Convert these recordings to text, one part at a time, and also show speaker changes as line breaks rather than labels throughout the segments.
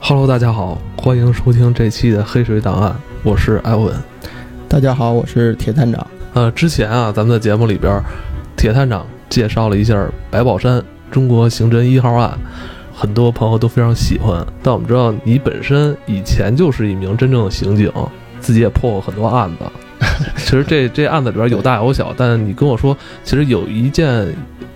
Hello，大家好，欢迎收听这期的《黑水档案》，我是艾文。
大家好，我是铁探长。
呃，之前啊，咱们在节目里边儿，铁探长介绍了一下白宝山中国刑侦一号案，很多朋友都非常喜欢。但我们知道你本身以前就是一名真正的刑警，自己也破过很多案子。 其实这这案子里边有大有小，但你跟我说，其实有一件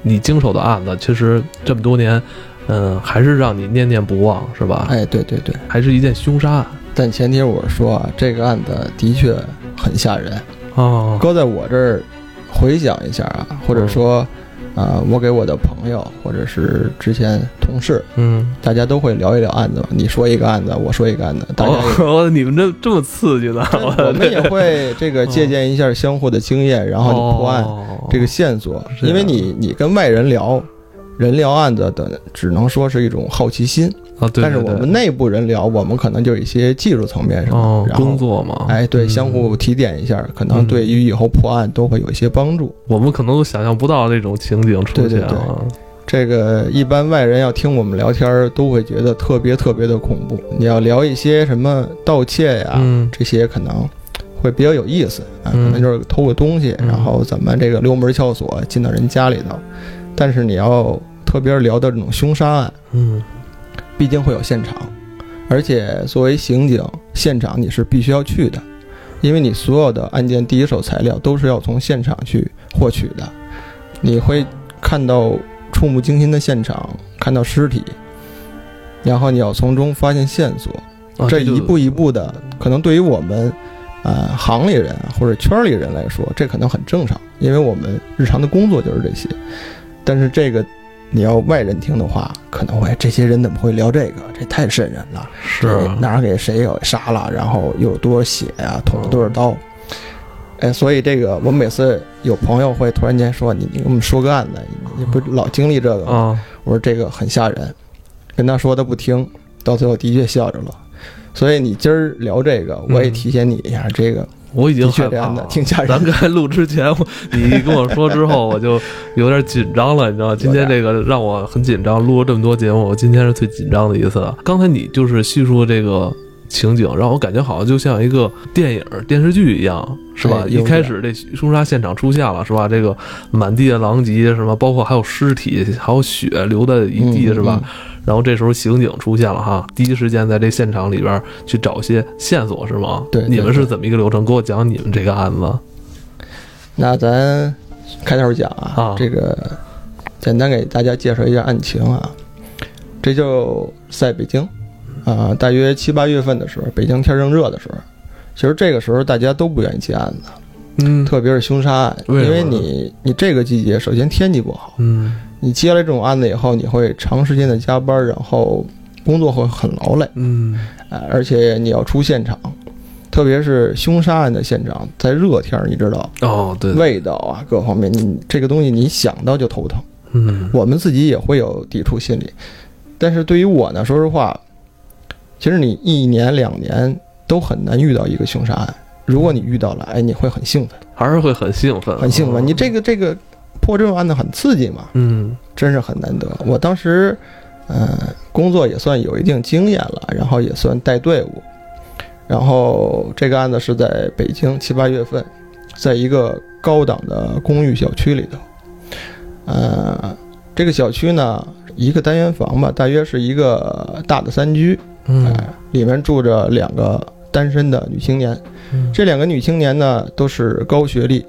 你经手的案子，其实这么多年，嗯、还是让你念念不忘，是吧？
哎，对对对，
还是一件凶杀案
但前提我说啊，这个案子的确很吓人。
哦
搁在我这儿回想一下啊，或者说，啊、我给我的朋友或者是之前同事，
嗯，
大家都会聊一聊案子嘛。你说一个案子，我说一个案子，大家也、
哦， 你们这这么刺激 呢？
我们也会这个借鉴一下相互的经验，然后你破案、
哦
这个线索，
是
因为你你跟外人聊。人聊案子的，只能说是一种好奇心，
啊，对，
但是
对
我
对
们内部人聊，我们可能就有一些技术层面上的，
哦
然后
工作嘛，
哎，对，
嗯
相互提点一下，可能
嗯
对于以后破案都会有一些帮助。
我们可能都想象不到那种情景出
对
现
对
啊。
这个一般外人要听我们聊天儿，都会觉得特别特别的恐怖。你要聊一些什么盗窃呀、
嗯
这些，可能会比较有意思啊，可
嗯
能就是偷个东西，
嗯
然后怎么这个溜门撬锁进到人家里头。但是你要特别聊到这种凶杀案，
嗯，
毕竟会有现场，而且作为刑警，现场你是必须要去的，因为你所有的案件第一手材料都是要从现场去获取的。你会看到触目惊心的现场，看到尸体，然后你要从中发现线索，
啊
这
就
一步一步的，可能对于我们。呃，行里人啊或者圈里人来说，这可能很正常，因为我们日常的工作就是这些。但是这个你要外人听的话，可能会这些人怎么会聊这个？这太瘆人了！
是啊
这哪儿给谁给杀了，然后又有多少血啊，捅了多少刀？哎，所以这个我每次有朋友会突然间说：“你你给我们说个案子，你你不老经历这个吗
啊，？”
我说：“这个很吓人。”跟他说他不听，到最后的确吓着了。所以你今儿聊这个，我也
嗯
提醒你一下，这个
我已经
的确
害
这
怕
样的
了。
挺吓人的
咱。刚才录之前，我你跟我说之后，我就有点紧张了，你知道吗？今天这个让我很紧张，录了这么多节目，我今天是最紧张的一次了。刚才你就是叙述这个情景，让我感觉好像就像一个电影、电视剧一样，是吧？
哎
一
有点
开始这凶杀现场出现了，是吧？这个满地的狼藉，什么包括还有尸体，还有血流的一地，
嗯
是吧？然后这时候刑警出现了哈，第一时间在这现场里边去找一些线索，是吗？
对对
你们是怎么一个流程？给我讲你们这个案子。
那咱开头讲啊，
啊
这个简单给大家介绍一下案情啊。这就在北京啊、大约七八月份的时候，北京天正热的时候，其实这个时候大家都不愿意接案子，
嗯
特别是凶杀案，
为什
因
么呢
为你你这个季节，首先天气不好，
嗯
你接了这种案子以后，你会长时间的加班，然后工作会很劳累。
嗯
呃，而且你要出现场，特别是凶杀案的现场，在热天儿，你知道，
哦对，
味道啊各方面，你这个东西你想到就头疼。
嗯
我们自己也会有抵触心理，但是对于我呢，说实话，其实你一年两年都很难遇到一个凶杀案。如果你遇到了，哎，你会很兴奋，
还是会很兴奋，
很兴奋。
嗯
你这个这个破这种案子很刺激嘛，
嗯
真是很难得。我当时，呃，工作也算有一定经验了，然后也算带队伍，然后这个案子是在北京七八月份，在一个高档的公寓小区里头，呃，这个小区呢，一个单元房吧，大约是一个大的三居，哎、
嗯
里面住着两个单身的女青年，
嗯
这两个女青年呢都是高学历，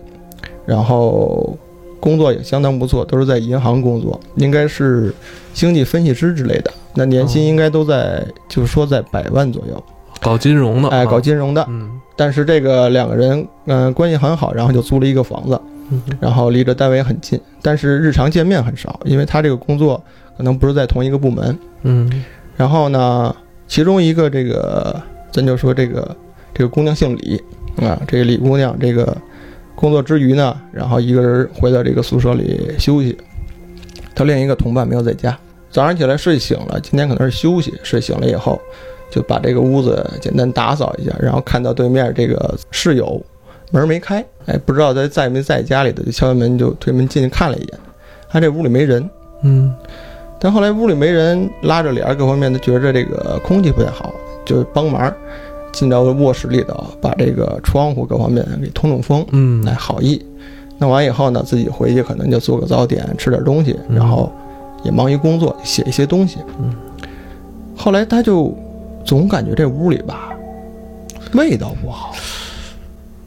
然后工作也相当不错，都是在银行工作，应该是经济分析师之类的。那年薪
哦
应该都在，就是说在百万左右，
搞金融的，
哎，搞
金
金融的。
嗯
但是这个两个人，嗯、关系很好，然后就租了一个房子，
嗯
然后离着单位很近，但是日常见面很少，因为他这个工作可能不是在同一个部门。
嗯
然后呢，其中一个这个，咱就说这个这个姑娘姓李啊，这个李姑娘这个工作之余呢，然后一个人回到这个宿舍里休息，她另一个同伴没有在家，早上起来睡醒了，今天可能是休息，睡醒了以后就把这个屋子简单打扫一下，然后看到对面这个室友门没开，哎，不知道他啊在没在家里头，就敲敲门就推门进去看了一眼，他这屋里没人，
嗯
但后来屋里没人，拉着帘儿各方面都觉着这个空气不太好，就帮忙进到卧室里头，把这个窗户各方面给通通风，
嗯
哎，好意。弄完以后呢，自己回去可能就做个早点，吃点东西，
嗯
然后也忙于工作，写一些东西。
嗯，
后来他就总感觉这屋里吧味道不好，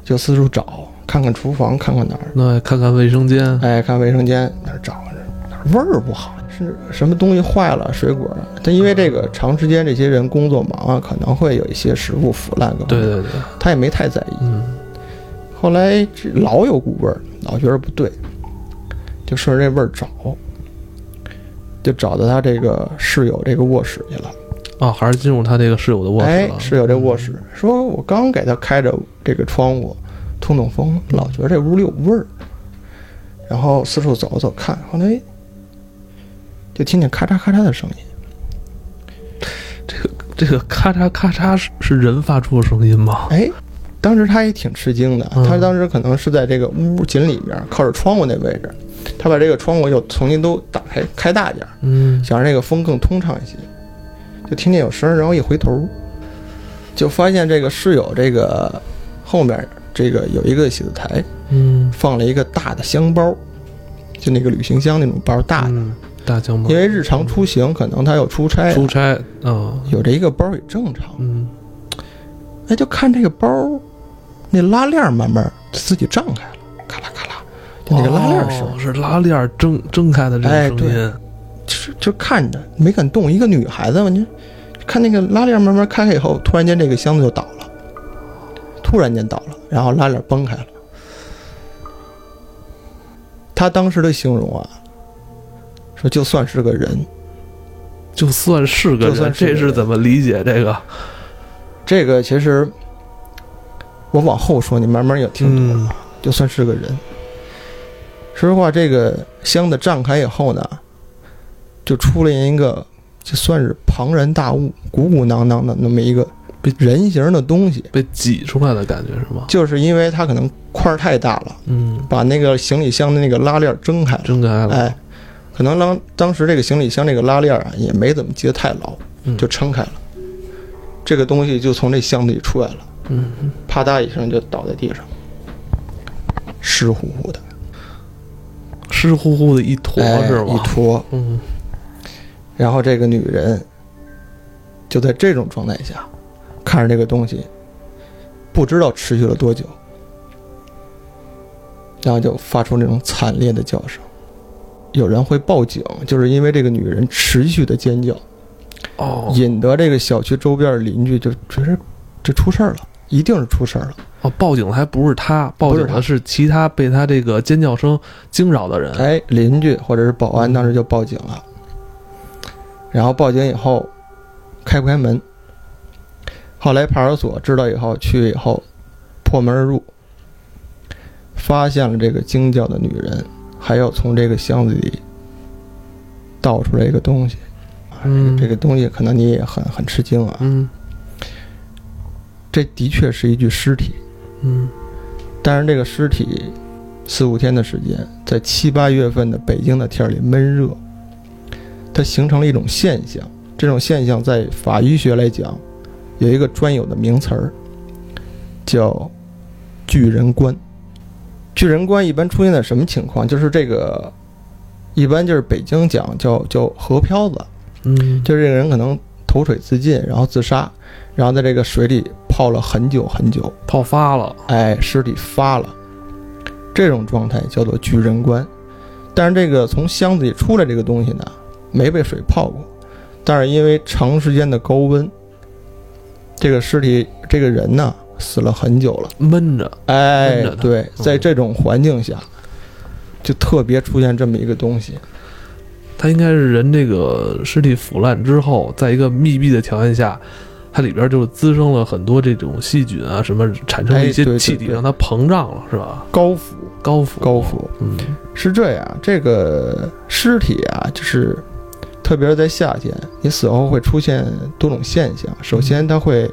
就四处找，看看厨房，看看哪儿，
那看看卫生间，
哎，看卫生间哪儿找哪儿味儿不好，是什么东西坏了，水果了。但因为这个长时间这些人工作忙啊，可能会有一些食物腐烂。
对，对对，
他也没太在意。
嗯
后来这老有股味儿，老觉得不对，就顺着这味儿找，就找到他这个室友这个卧室去了。
啊，还是进入他这个室友的卧室
哎
了，，
室友这卧室，说我刚给他开着这个窗户通通风，老觉得这屋里有味儿，然后四处走走看，后来就听见咔嚓咔嚓的声音。
这个咔嚓咔嚓是是人发出的声音吗？
哎，当时他也挺吃惊的，
嗯
他当时可能是在这个屋紧里面靠着窗户那位置，他把这个窗户又重新都打开开大点儿，
嗯，
想让这个风更通畅一些，就听见有声儿，然后一回头，就发现这个室友这个后面这个有一个写字台，
嗯，
放了一个大的箱包，就那个旅行箱那种包大的，
嗯大江猫
因为日常出行可能他要出差啊，
出差啊，
有这一个包也正常。
嗯，
哎，就看这个包，那拉链慢慢自己胀开了，咔啦咔啦，就那个拉链声，
哦是拉链儿睁睁开的这
哎
个声音，
就是就看着没敢动，一个女孩子嘛，你看那个拉链慢慢开开以后，突然间这个箱子就倒了，突然间倒了，然后拉链崩开了。他当时的形容啊，说就算是个人，
就算是个
就
人，
算是个
这
人
是怎么理解这个？
这个其实我往后说，你慢慢也听懂了。
嗯
就算是个人。说实话，这个箱子胀开以后呢，就出了一个就算是庞然大物、鼓鼓囊囊的那么一个人形的东西，
被挤出来的感觉是吗？
就是因为它可能块儿太大了，
嗯，
把那个行李箱的那个拉链儿挣开了，
睁开了，
哎，可能当当时这个行李箱这个拉链儿啊也没怎么系得太牢，
嗯
就撑开了，这个东西就从这箱子里出来了。
嗯，
啪嗒一声就倒在地上，湿乎乎的，
湿乎乎的一坨
哎
是吗？
一坨。
嗯，
然后这个女人就在这种状态下看着这个东西，不知道持续了多久，然后就发出那种惨烈的叫声。有人会报警，就是因为这个女人持续的尖叫，
哦
引得这个小区周边的邻居就觉得这出事儿了，一定是出事儿了。
哦，报警的还不是他，报警的是其他被他这个尖叫声惊扰的人。
哎，邻居或者是保安当时就报警了，然后报警以后，开不开门？后来派出所知道以后去以后，破门而入，发现了这个惊叫的女人，还要从这个箱子里倒出来一个东西。啊
嗯
这个东西可能你也很很吃惊啊，
嗯
这的确是一具尸体，
嗯，
但是这个尸体四五天的时间，在七八月份的北京的天儿里闷热，它形成了一种现象。这种现象在法医学来讲，有一个专有的名词儿，叫“巨人观”。巨人观一般出现在什么情况？就是这个，一般就是北京讲叫叫河漂子，
嗯，
就是这个人可能投水自尽，然后自杀，然后在这个水里泡了很久很久，
泡发了。
哎，尸体发了，这种状态叫做巨人观。但是这个从箱子里出来这个东西呢，没被水泡过，但是因为长时间的高温，这个尸体这个人呢死了很久了。
闷着，
哎
闷着，呢嗯
对，在这种环境下，就特别出现这么一个东西。
它应该是人这个尸体腐烂之后，在一个密闭的条件下，它里边就滋生了很多这种细菌啊，什么产生了一
哎对
些
对
气体，
对
让它膨胀了，是吧？
高腐，
高腐，
高腐
嗯，
是这样，这个尸体啊，就是特别是在夏天，你死后会出现多种现象。首先，它会，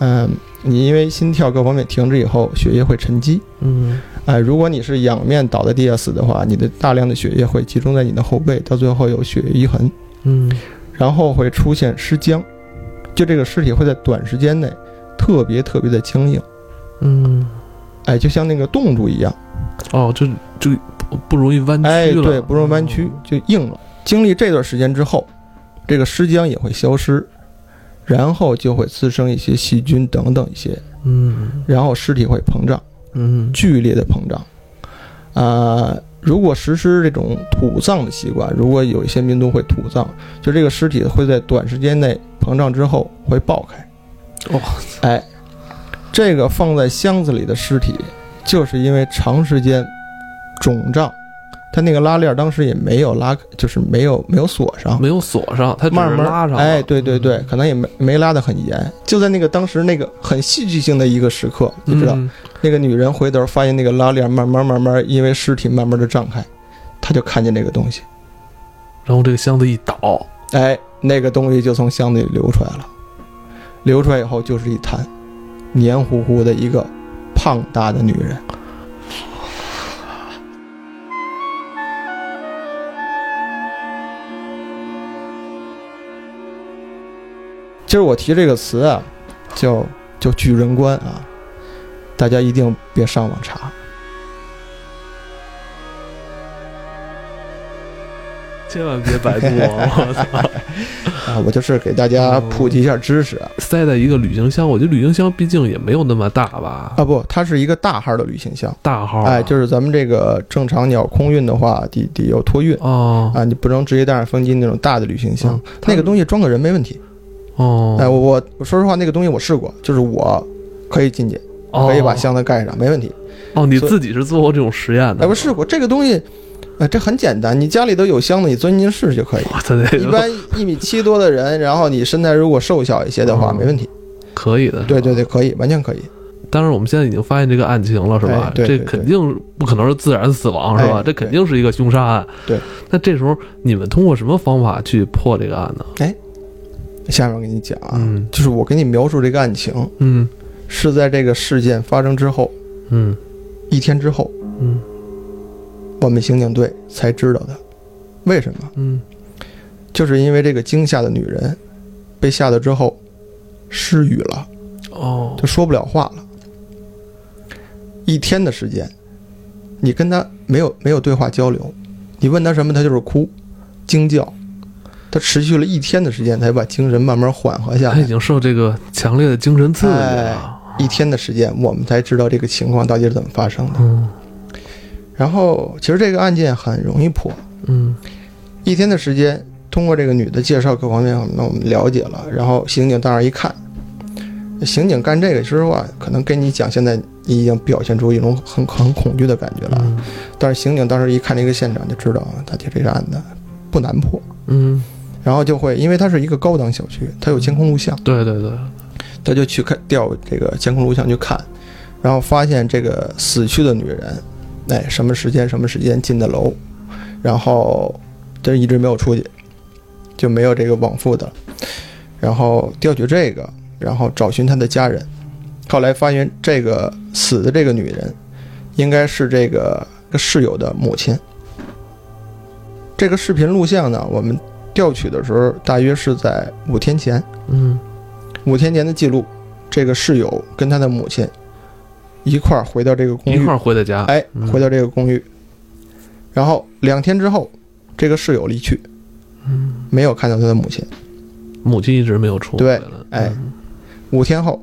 嗯、你因为心跳各方面停止以后，血液会沉积。
嗯
哎、如果你是仰面倒在地下死的话，你的大量的血液会集中在你的后背，到最后有血液遗痕。
嗯
然后会出现尸僵，就这个尸体会在短时间内特别特别的僵硬，
嗯，
哎，就像那个冻住一样，
哦，就就不不容易弯曲了，哦
哎，对，不容易弯曲，就硬了。经历这段时间之后，这个尸僵也会消失，然后就会滋生一些细菌等等一些，
嗯，
然后尸体会膨胀，
嗯嗯
剧烈的膨胀。啊、如果实施这种土葬的习惯，如果有一些民族会土葬，就这个尸体会在短时间内膨胀之后会爆开。
哦，
哎，这个放在箱子里的尸体，就是因为长时间肿胀，它那个拉链当时也没有拉，就是没有没有锁上，
没有锁上，它只
哦慢
是
慢
拉上了，嗯
哎，对对对，可能也没没拉得很严，就在那个当时那个很戏剧性的一个时刻，
嗯，
你知道，
嗯
那个女人回头发现那个拉链慢慢慢慢因为尸体慢慢的胀开，她就看见那个东西，
然后这个箱子一倒，
哎，那个东西就从箱子里流出来了，流出来以后就是一滩黏糊糊的一个胖大的女人。今儿我提这个词啊，叫叫巨人观啊，大家一定别上网查。
千万别百度啊！我操，
啊，我就是给大家普及一下知识啊！
塞在一个旅行箱，我觉得旅行箱毕竟也没有那么大吧，
啊，不，它是一个大号的旅行箱，
大号啊，
哎，就是咱们这个正常你要空运的话，得得有托运
哦
啊，你不能直接带上风机那种大的旅行箱
嗯，它
那个东西装个人没问题。哎，
哦，
我我我说实话，那个东西我试过，就是我可以进去，可以把箱子盖上，没问题。
哦，你
所以
自己是做过这种实验的？
哎，我试过这个东西，呃，这很简单，你家里头有箱子，你钻进去试试就可以。
我操，那
一般一米七多的人，然后你身材如果瘦小一些的话，
嗯
没问题。
可以的，
对对对，可以，完全可以。
当然，我们现在已经发现这个案情了，是吧
哎？对对
这肯定不可能是自然死亡，是吧？
哎
这
对
肯定是一个凶杀案。
对，
那这时候你们通过什么方法去破这个案呢？
下面我跟你讲啊，
嗯
就是我给你描述这个案情，
嗯
是在这个事件发生之后
嗯
一天之后，
嗯
我们刑警队才知道的。为什么？
嗯，
就是因为这个惊吓的女人被吓得之后失语了，
哦，
就说不了话了。一天的时间，你跟她没有没有对话交流，你问她什么，她就是哭、惊叫。她持续了一天的时间才把精神慢慢缓和下
他已
来。
经受这个强烈的精神刺激了。
一天的时间，我们才知道这个情况到底是怎么发生的。
嗯
然后，其实这个案件很容易破，
嗯
一天的时间，通过这个女的介绍各方面，那我们了解了。然后刑警到那儿一看，刑警干这个，说实话，啊可能跟你讲，现在你已经表现出一种很很恐惧的感觉了。
嗯
但是刑警当时一看这个现场，就知道啊，大姐这个案子不难破。
嗯，
然后就会，因为它是一个高档小区，它有监控录像，
对对对，
他就去看调这个监控录像去看，然后发现这个死去的女人，哎，什么时间什么时间进的楼，然后就一直没有出去，就没有这个往复的，然后调取这个，然后找寻她的家人，后来发现这个死的这个女人，应该是这个室友的母亲。这个视频录像呢，我们调取的时候大约是在五天前。
嗯
五天前的记录，这个室友跟他的母亲一块儿回到这个公
一
寓
块，儿回的家。
哎
嗯，
回到这个公寓。然后两天之后，这个室友离去，
嗯
没有看到他的母亲。
母亲一直没有出来了。
对哎
嗯
五天后，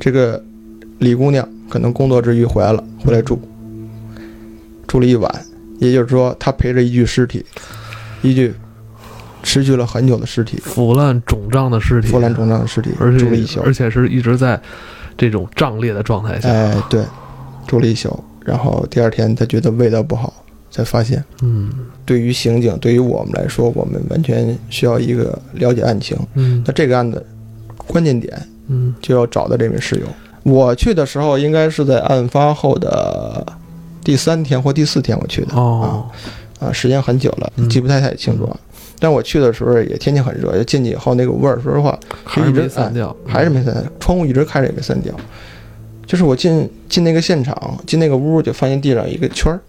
这个李姑娘可能工作之余回来了，回来住，住了一晚，也就是说，她陪着一具尸体，一具持续了很久的尸体，
腐烂肿胀的尸体，
腐烂肿胀的尸体，
而
住了一
且
宿。
而且是一直在这种胀裂的状态下。
哎，对，住了一宿，然后第二天他觉得味道不好，才发现。
嗯
对于刑警，对于我们来说，我们完全需要一个了解案情。
嗯
那这个案子关键点
嗯
就要找到这名室友。我去的时候应该是在案发后的第三天或第四天我去的
哦。
啊，时间很久了
嗯，
记不太太清楚。啊。但我去的时候也天气很热，进去以后那个味儿，说实话
还是没散掉，嗯
还是没散，窗户一直开着也没散掉。就是我进进那个现场，进那个屋就发现地上一个圈儿，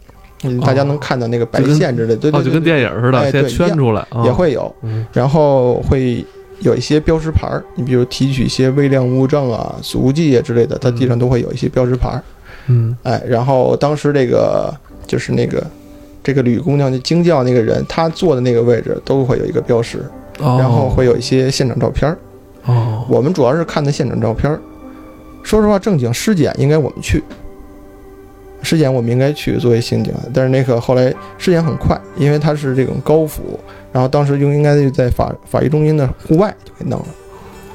嗯，大家能看到那个白线之类的，对
哦，
对
就
对
跟
对，
电影似的，
哎
先
对一
圈
样
出来啊，
也会有，
嗯，
然后会有一些标识牌儿，你比如提取一些微量物证啊、足迹啊之类的，它地上都会有一些标识牌儿。
嗯
哎，然后当时这个就是那个这个吕姑娘就惊叫那个人，她坐的那个位置都会有一个标识，
哦，
然后会有一些现场照片儿。
哦，
我们主要是看的现场照片儿。说实话，正经尸检应该我们去，尸检我们应该去作为刑警，但是那个后来尸检很快，因为它是这种高府，然后当时就应该就在法法医中心的户外就给弄了。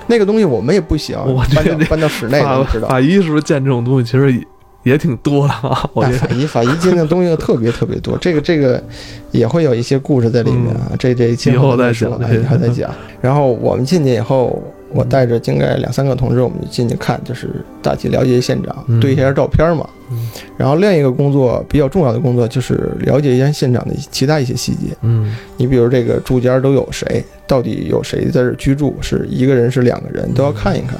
那个东西我们也不行
我，
搬
这
到搬到室内
法
的，你知道。
法医是不是见这种东西其实也也挺多的 啊？我
哎，
觉
法
得，
医法医鉴定东西特别特别多，这个这个也会有一些故事在里面啊。这这一期
嗯以后再
说
讲，
哎
这
以
个
后再讲。然后我们进去以后，我带着应该两三个同志，我们就进去看，就是大体了解现场，
嗯
对一下照片嘛
嗯。
然后另一个工作比较重要的工作就是了解一下现场的其他一些细节。
嗯
你比如这个住家都有谁，到底有谁在这居住，是一个人是两个人，都要看一看。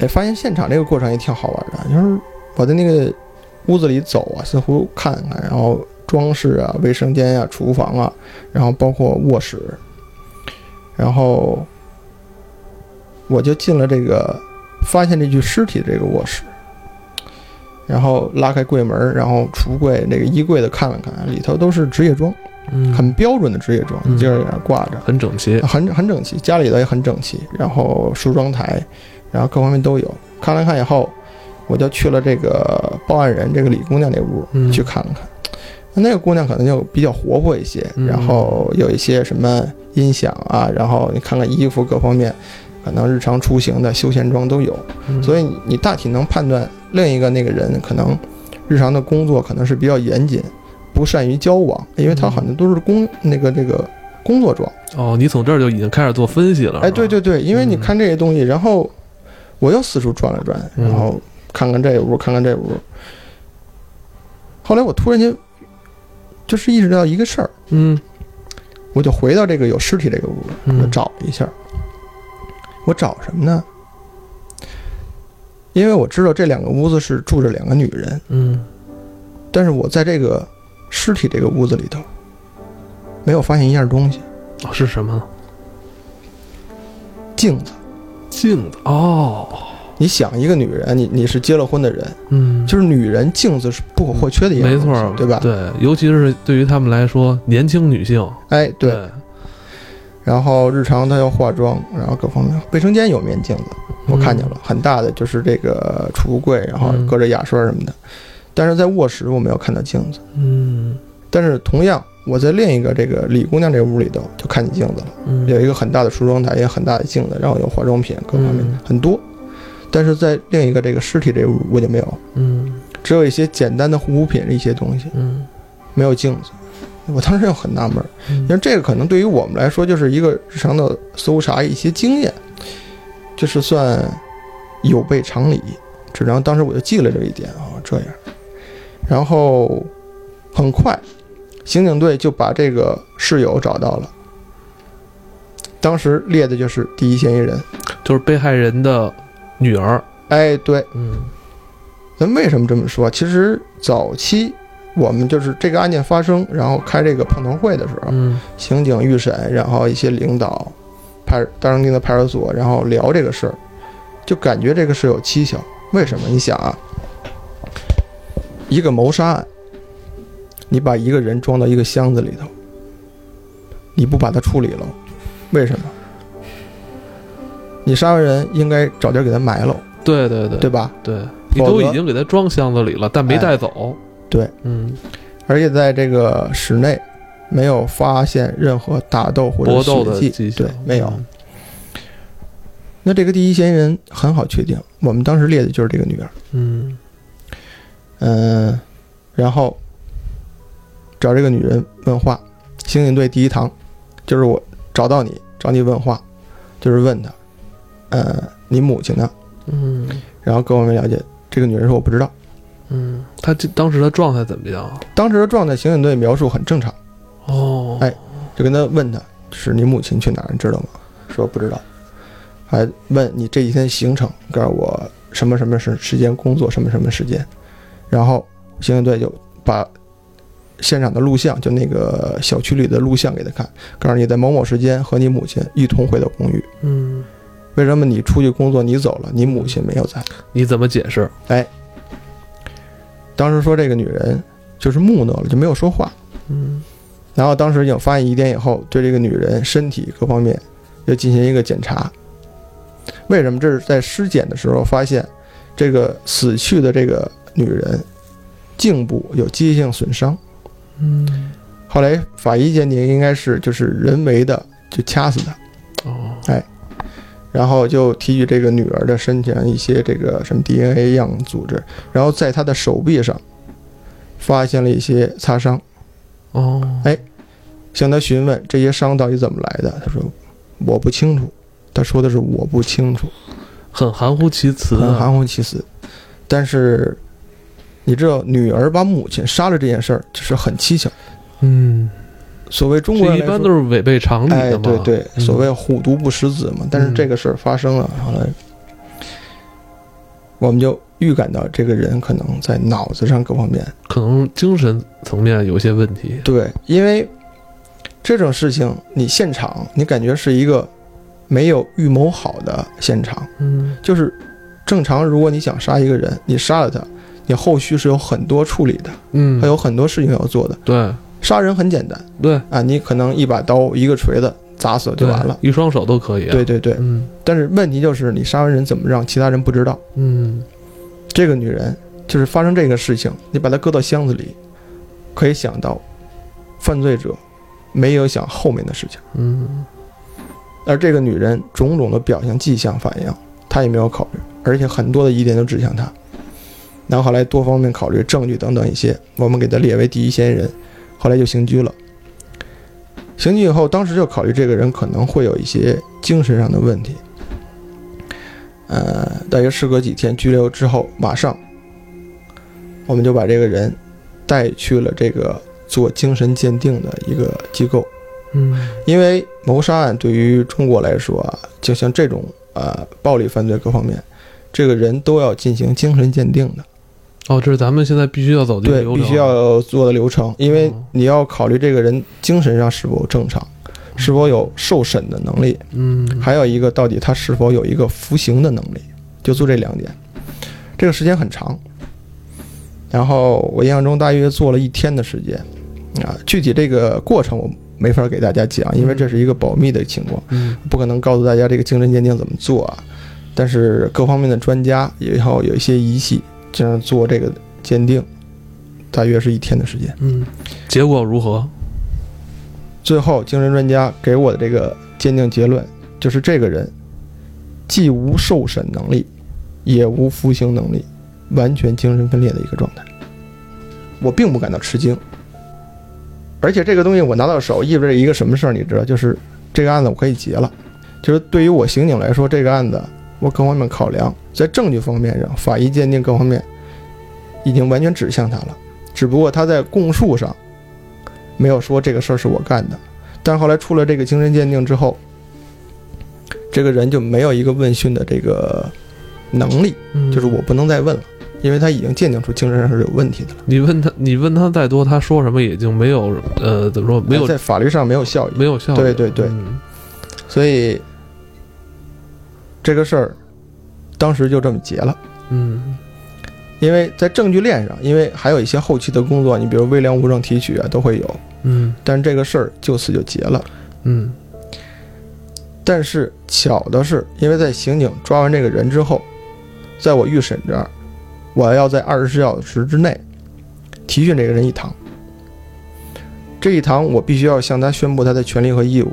哎，发现现场这个过程也挺好玩的，就是我在那个屋子里走啊，似乎看看，然后装饰啊、卫生间啊、厨房啊，然后包括卧室，然后我就进了这个发现这具尸体的这个卧室。然后拉开柜门，然后橱柜那个衣柜的看了看，里头都是职业装。
嗯，
很啊标准的职业装
嗯，
就是那儿挂着，
很整齐，
很很整齐，家里的也很整齐，然后梳妆台，然后各方面都有。看了看以后，我就去了这个报案人这个李姑娘那屋
嗯
去看了看。那个姑娘可能就比较活泼一些，
嗯
然后有一些什么音响啊，然后你看看衣服各方面，可能日常出行的休闲装都有。所
以
以你你大体能判断另一个那个人可能日常的工作可能是比较严谨，不善于交往，因为他
嗯
好像都是工那个这个工作状。
哦，你从这儿就已经开始做分析了，
哎，对
是吧，
对对，因为你
啊嗯
看这些东西，然后我又四处转了转，
嗯
然后看看这屋，看看这屋。后来我突然间就是意识到一个事儿，
嗯
我就回到这个有尸体这个屋了，
嗯
我找一下。我找什么呢？因为我知道这两个屋子是住着两个女人，
嗯，
但是我在这个尸体这个屋子里头没有发现一样东西，
哦是什么呢？
镜子。
镜子哦，
你想，一个女人，你你是结了婚的人，
嗯，
就是女人镜子是不可或缺的一样
没
东西，
错儿，
对吧？
对，尤其是对于他们来说，年轻女性，
哎，对。
对，
然后日常她要化妆，然后各方面，卫生间有面镜子，我看见了，很大的，就是这个储物柜，然后
嗯
搁着牙刷什么的。但是在卧室我没有看到镜子，
嗯，
但是同样我在另一个这个李姑娘这屋里头就看见镜子了。
嗯
有
嗯，
一个很大的梳妆台，也有很大的镜子，然后有化妆品，各方面
嗯
很多。但是在另一个这个尸体这屋我就没有，
嗯
只有一些简单的护肤品一些东西，
嗯
没有镜子。我当时就很纳闷儿，因
嗯
为这个可能对于我们来说就是一个日常的搜查一些经验，就是算有悖常理。只然后当时我就记了这一点啊、哦，这样。然后很快，刑警队就把这个室友找到了。当时列的就是第一嫌疑人。
就是被害人的女儿，
哎，对，
嗯
咱为什么这么说？其实早期我们就是这个案件发生，然后开这个碰头会的时候，
嗯
刑警预审，然后一些领导、派大成町的派出所，然后聊这个事儿，就感觉这个事有蹊跷。为什么？你想啊，一个谋杀案，你把一个人装到一个箱子里头，你不把他处理了，为什么？你杀完人应该找地儿给他埋了，
对对对
对吧？
对，你
否
都
则
已经给他装箱子里了，但没
哎
带走。
对，
嗯，
而且在这个室内没有发现任何打斗或者
搏斗的
血
迹
迹，
象
对，没有。
嗯
那这个第一嫌疑人很好确定，我们当时列的就是这个女儿。
嗯
嗯、然后找这个女人问话，刑警队第一堂就是我找到你，找你问话，就是问她，呃，你母亲呢？
嗯
然后跟我们了解，这个女人说我不知道。
嗯，他这当时的状态怎么样啊？
当时的状态，刑警队描述很正常，
哦，
哎就跟她问她，是你母亲去哪儿，你知道吗？说不知道，还问你这几天行程，告诉我什么什么时时间工作，什么什么时间，然后刑警队就把现场的录像，就那个小区里的录像给他看，告诉你在某某时间和你母亲一同回到公寓。
嗯，
为什么你出去工作你走了，你母亲没有在？
你怎么解释？
当时说这个女人就是木讷了，就没有说话。
嗯
然后当时有发现疑点以后，对这个女人身体各方面又进行一个检查。为什么这是在尸检的时候发现，这个死去的这个女人颈部有机械性损伤？
嗯，
后来法医鉴定应该是就是人为的就掐死的，
哦，
然后就提取这个女儿的身体上一些这个什么 DNA 样组织，然后在她的手臂上发现了一些擦伤。
哦，
向他询问这些伤到底怎么来的，他说我不清楚。他说的是我不清楚，
很含糊其辞
很
啊。
含糊其辞。但是你知道，女儿把母亲杀了这件事儿，这是很蹊跷。
嗯，
所谓中国
这
人
一
来
般
说
都是违背常理
哎，
的嘛。
对对，
嗯
所谓虎毒不食子嘛。但是这个事儿发生了，后来我们就预感到这个人可能在脑子上各方面
可能精神层面有些问题。
对，因为这种事情，你现场你感觉是一个没有预谋好的现场。
嗯
就是正常，如果你想杀一个人，你杀了他，你后续是有很多处理的，
嗯，
还有很多事情要做的。
对
杀人很简单
对
啊，你可能一把刀、一个锤子砸死了就
对
完了。，
一双手都可以。
对，对对，
嗯
但是问题就是你杀完人怎么让其他人不知道？
嗯
这个女人就是发生这个事情，你把她搁到箱子里，可以想到犯罪者没有想后面的事情，
嗯，
而这个女人种种的表象、迹象、反应，她也没有考虑，而且很多的疑点都指向她。然后后来多方面考虑证据等等一些，我们给她列为第一嫌疑人，后来就刑拘了。刑拘以后，当时就考虑这个人可能会有一些精神上的问题。呃，大约事隔几天拘留之后，马上我们就把这个人带去了这个做精神鉴定的一个机构。
嗯
因为谋杀案对于中国来说啊，就像这种呃暴力犯罪各方面，这个人都要进行精神鉴定的，
哦，这是咱们现在必须要走的一个
对，
流程。
必须要做的流程，因为
哦
你要考虑这个人精神上是否正常，是否有受审的能力，
嗯，
还有一个到底他是否有一个服刑的能力，就做这两点。这个时间很长，然后我印象中大约做了一天的时间，啊，具体这个过程我没法给大家讲，因为这是一个保密的情况。
嗯
不可能告诉大家这个精神鉴定怎么做啊，但是各方面的专家也好，有一些仪器这样做这个鉴定，大约是一天的时间。
嗯，结果如何？
最后，精神专家给我的这个鉴定结论就是，这个人既无受审能力，也无服刑能力，完全精神分裂的一个状态。我并不感到吃惊，而且这个东西我拿到手意味着一个什么事儿，你知道，就是这个案子我可以结了。就是对于我刑警来说，这个案子我各方面考量，在证据方面上，法医鉴定各方面已经完全指向他了，只不过他在供述上没有说这个事儿是我干的。但后来出了这个精神鉴定之后，这个人就没有一个问讯的这个能力，
嗯，
就是我不能再问了，因为他已经鉴定出精神上是有问题的了，
你问他，你问他再多，他说什么已经没有呃，怎么说没有
哎在法律上没有效益，
没有效益。
对对对
嗯
所以这个事儿当时就这么结了。
嗯
因为在证据链上，因为还有一些后期的工作，你比如微量物证提取啊，都会有。
嗯
但是这个事儿就此就结了。
嗯
但是巧的是，因为在刑警抓完这个人之后，在我预审这儿，我要在二十四小时之内提讯这个人一堂。这一堂我必须要向他宣布他的权利和义务，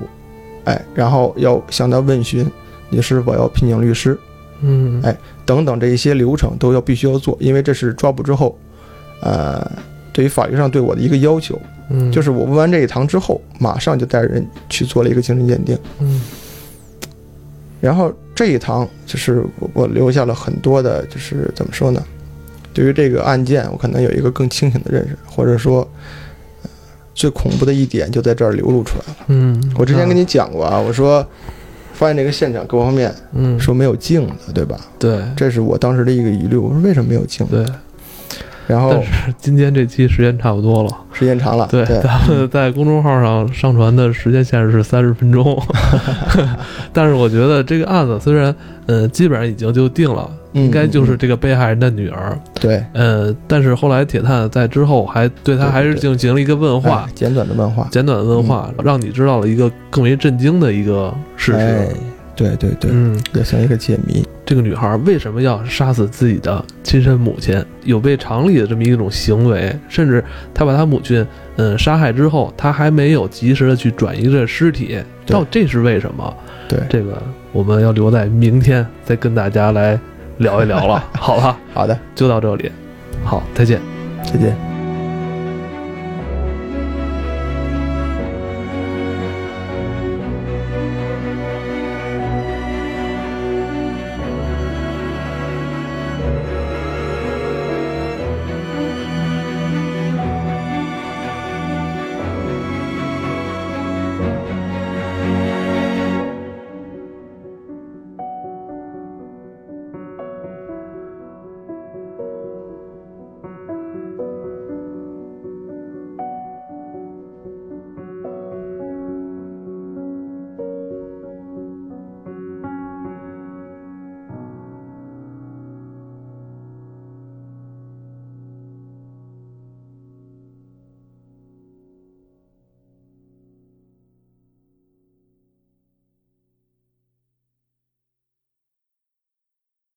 哎，然后要向他问询你是否要聘请律师
嗯，
哎等等这一些流程都要必须要做，因为这是抓捕之后，呃，对于法律上对我的一个要求，
嗯，
就是我问完这一堂之后，马上就带着人去做了一个精神鉴定。
嗯
然后这一堂就是我我留下了很多的，就是怎么说呢？对于这个案件，我可能有一个更清醒的认识，或者说，呃最恐怖的一点就在这儿流露出来了。
嗯，
我之前跟
你
你讲过啊，我说发现这个现场各方面
嗯
说没有镜子，对吧？
对
这是我当时的一个疑虑，我说为什么没有镜子？
对
然后
但是今天这期时间差不多了，
时间长了，
对，咱 们在公众号上上传的时间限制是三十分 钟，但是我觉得这个案子虽然嗯基本上已经就定了，
应
应该
嗯
就是这个被害人的女儿，
对
嗯，但是后来铁探在之后还对他
对对
还是
对
进行了一个问话
哎，嗯简短的漫画
简短的问话，让你知道了一个更为震惊的一个事
哎
实，，
对对对，
嗯，
也算一个解谜。
这个女孩为什么要杀死自己的亲生母亲？有悖常理的这么一种行为，甚至她把她母亲嗯杀害之后，她还没有及时的去转移这尸体，
对
到底这是为什么？
对
这个我们要留在明天再跟大家来聊一聊了，好吧？
好的，
就到这里，好，再见。
再见。